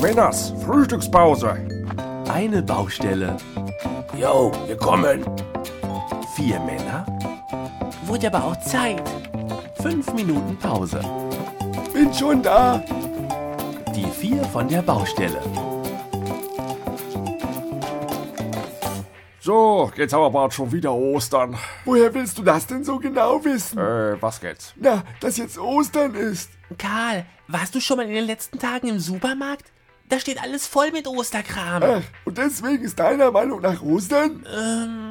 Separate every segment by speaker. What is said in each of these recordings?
Speaker 1: Männers, Frühstückspause.
Speaker 2: Eine Baustelle.
Speaker 1: Yo, wir kommen.
Speaker 2: Vier Männer. Wurde aber auch Zeit. Fünf Minuten Pause.
Speaker 1: Bin schon da.
Speaker 2: Die vier von der Baustelle.
Speaker 1: So, jetzt haben wir bald schon wieder Ostern.
Speaker 3: Woher willst du das denn so genau wissen?
Speaker 1: Äh, was geht's?
Speaker 3: Na, dass jetzt Ostern ist.
Speaker 4: Karl, warst du schon mal in den letzten Tagen im Supermarkt? Da steht alles voll mit Osterkram.
Speaker 1: Äh.
Speaker 3: Ach, Äh, und deswegen ist deiner Meinung nach Ostern?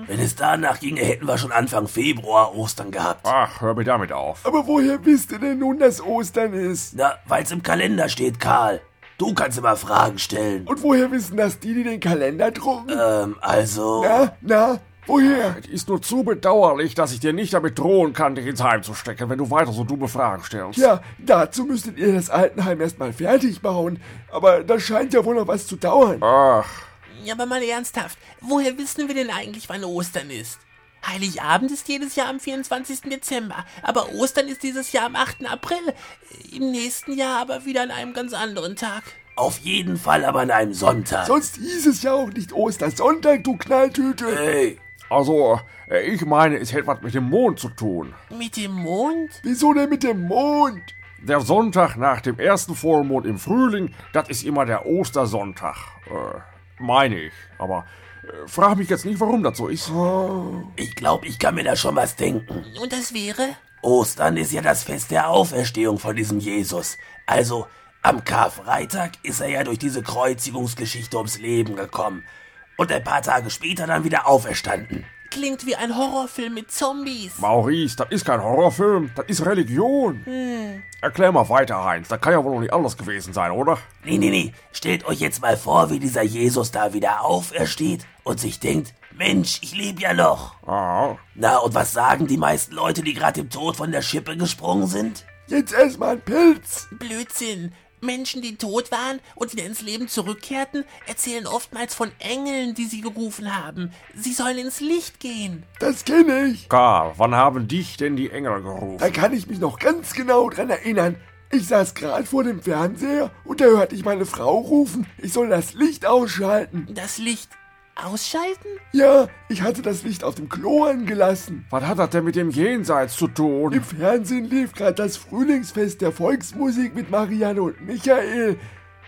Speaker 5: Wenn es danach ginge, hätten wir schon Anfang Februar Ostern gehabt.
Speaker 1: Ach, hör mir damit auf.
Speaker 3: Aber woher wisst ihr denn nun, dass Ostern ist?
Speaker 5: Na, weil's im Kalender steht, Karl. Du kannst immer Fragen stellen.
Speaker 3: Und woher wissen das die, die den Kalender drucken?
Speaker 5: Ähm, also.
Speaker 3: Na, na, woher?
Speaker 1: Es ist nur zu bedauerlich, dass ich dir nicht damit drohen kann, dich ins Heim zu stecken, wenn du weiter so dumme Fragen stellst.
Speaker 3: Ja, Ah, dazu müsstet ihr das Altenheim erstmal fertig bauen. Aber das scheint ja wohl noch was zu dauern.
Speaker 1: Ach,
Speaker 4: Ja, aber mal ernsthaft, woher wissen wir denn eigentlich, wann Ostern ist? Heiligabend ist jedes Jahr am 24. Dezember, aber Ostern ist dieses Jahr am 8. April, Äh, im nächsten Jahr aber wieder an einem ganz anderen Tag.
Speaker 5: Auf jeden Fall aber an einem Sonntag.
Speaker 3: Sonst hieß es ja auch nicht Ostersonntag, du Knalltüte.
Speaker 5: Ey,
Speaker 1: also, äh, ich meine, es hätte was mit dem Mond zu tun.
Speaker 4: Mit dem Mond?
Speaker 3: Wieso denn mit dem Mond?
Speaker 1: Der Sonntag nach dem ersten Vollmond im Frühling, das ist immer der Ostersonntag. Äh, meine ich. Aber äh, frag mich jetzt nicht, warum das so ist.
Speaker 5: ich glaube, ich kann mir da schon was denken.
Speaker 4: Und das wäre?
Speaker 5: Ostern ist ja das Fest der Auferstehung von diesem Jesus. Also, am Karfreitag ist er ja durch diese Kreuzigungsgeschichte ums Leben gekommen. Und ein paar Tage später dann wieder auferstanden.
Speaker 4: Klingt wie ein Horrorfilm mit Zombies.
Speaker 1: Maurice, das ist kein Horrorfilm, das ist Religion. Erklär mal weiter, Heinz. Das kann ja wohl noch nicht anders gewesen sein, oder?
Speaker 5: Nee, nee, nee. Stellt euch jetzt mal vor, wie dieser Jesus da wieder aufersteht und sich denkt, Mensch, ich lebe ja noch.
Speaker 1: Ah,
Speaker 5: Na, und was sagen die meisten Leute, die gerade dem Tod von der Schippe gesprungen sind?
Speaker 3: Jetzt erstmal ein Pilz.
Speaker 4: Blödsinn. Menschen, die tot waren und wieder ins Leben zurückkehrten, erzählen oftmals von Engeln, die sie gerufen haben. Sie sollen ins Licht gehen.
Speaker 3: Das kenne ich.
Speaker 1: Karl, wann haben dich denn die Engel gerufen?
Speaker 3: Da kann ich mich noch ganz genau dran erinnern. Ich saß gerade vor dem Fernseher und da hörte ich meine Frau rufen, ich soll das Licht ausschalten.
Speaker 4: Das Licht ausschalten?
Speaker 3: Ja, ich hatte das Licht auf dem Klo angelassen.
Speaker 1: Was hat das denn mit dem Jenseits zu
Speaker 3: Im
Speaker 1: tun?
Speaker 3: Fernsehen lief gerade das Frühlingsfest der Volksmusik mit Marianne und Michael.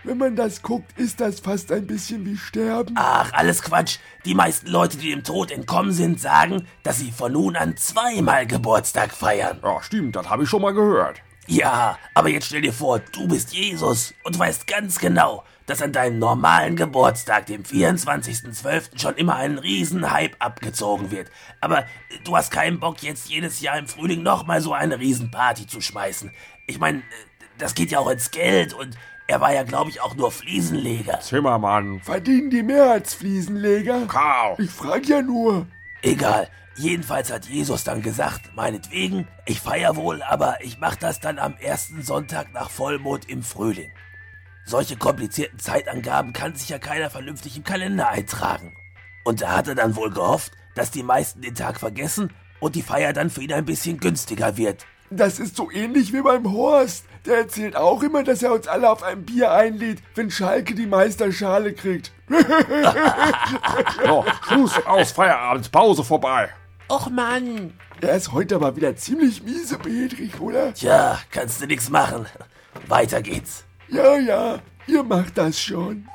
Speaker 3: Wenn man das guckt, ist das fast ein bisschen wie Sterben.
Speaker 5: Ach, alles Quatsch. Die meisten Leute, die dem Tod entkommen sind, sagen, dass sie von nun an zweimal Geburtstag feiern.
Speaker 1: Ja, stimmt, das habe ich schon mal gehört.
Speaker 5: Ja, aber jetzt stell dir vor, du bist Jesus und weißt ganz genau, dass an deinem normalen Geburtstag, dem 24.12., schon immer ein Riesenhype abgezogen wird. Aber äh, du hast keinen Bock, jetzt jedes Jahr im Frühling nochmal so eine Riesenparty zu schmeißen. Ich meine, äh, das geht ja auch ins Geld und er war ja, glaube ich, auch nur Fliesenleger.
Speaker 1: Zimmermann.
Speaker 3: Verdienen die mehr als Fliesenleger?
Speaker 1: Karl.
Speaker 3: Ich frag ja nur.
Speaker 5: Egal. Jedenfalls hat Jesus dann gesagt, meinetwegen, ich feier wohl, aber ich mach das dann am ersten Sonntag nach Vollmond im Frühling. Solche komplizierten Zeitangaben kann sich ja keiner vernünftig im Kalender eintragen. Und da hat er dann wohl gehofft, dass die meisten den Tag vergessen und die Feier dann für ihn ein bisschen günstiger wird.
Speaker 3: Das ist so ähnlich wie beim Horst. Der erzählt auch immer, dass er uns alle auf ein Bier einlädt, wenn Schalke die Meisterschale kriegt.
Speaker 1: So, Schluss, aus, Feierabend, Pause vorbei.
Speaker 4: Och Mann.
Speaker 3: Er ist heute aber wieder ziemlich miese, Petrich, oder?
Speaker 5: Tja, kannst du nix machen. Weiter geht's.
Speaker 3: Ja, ja, ihr macht das schon.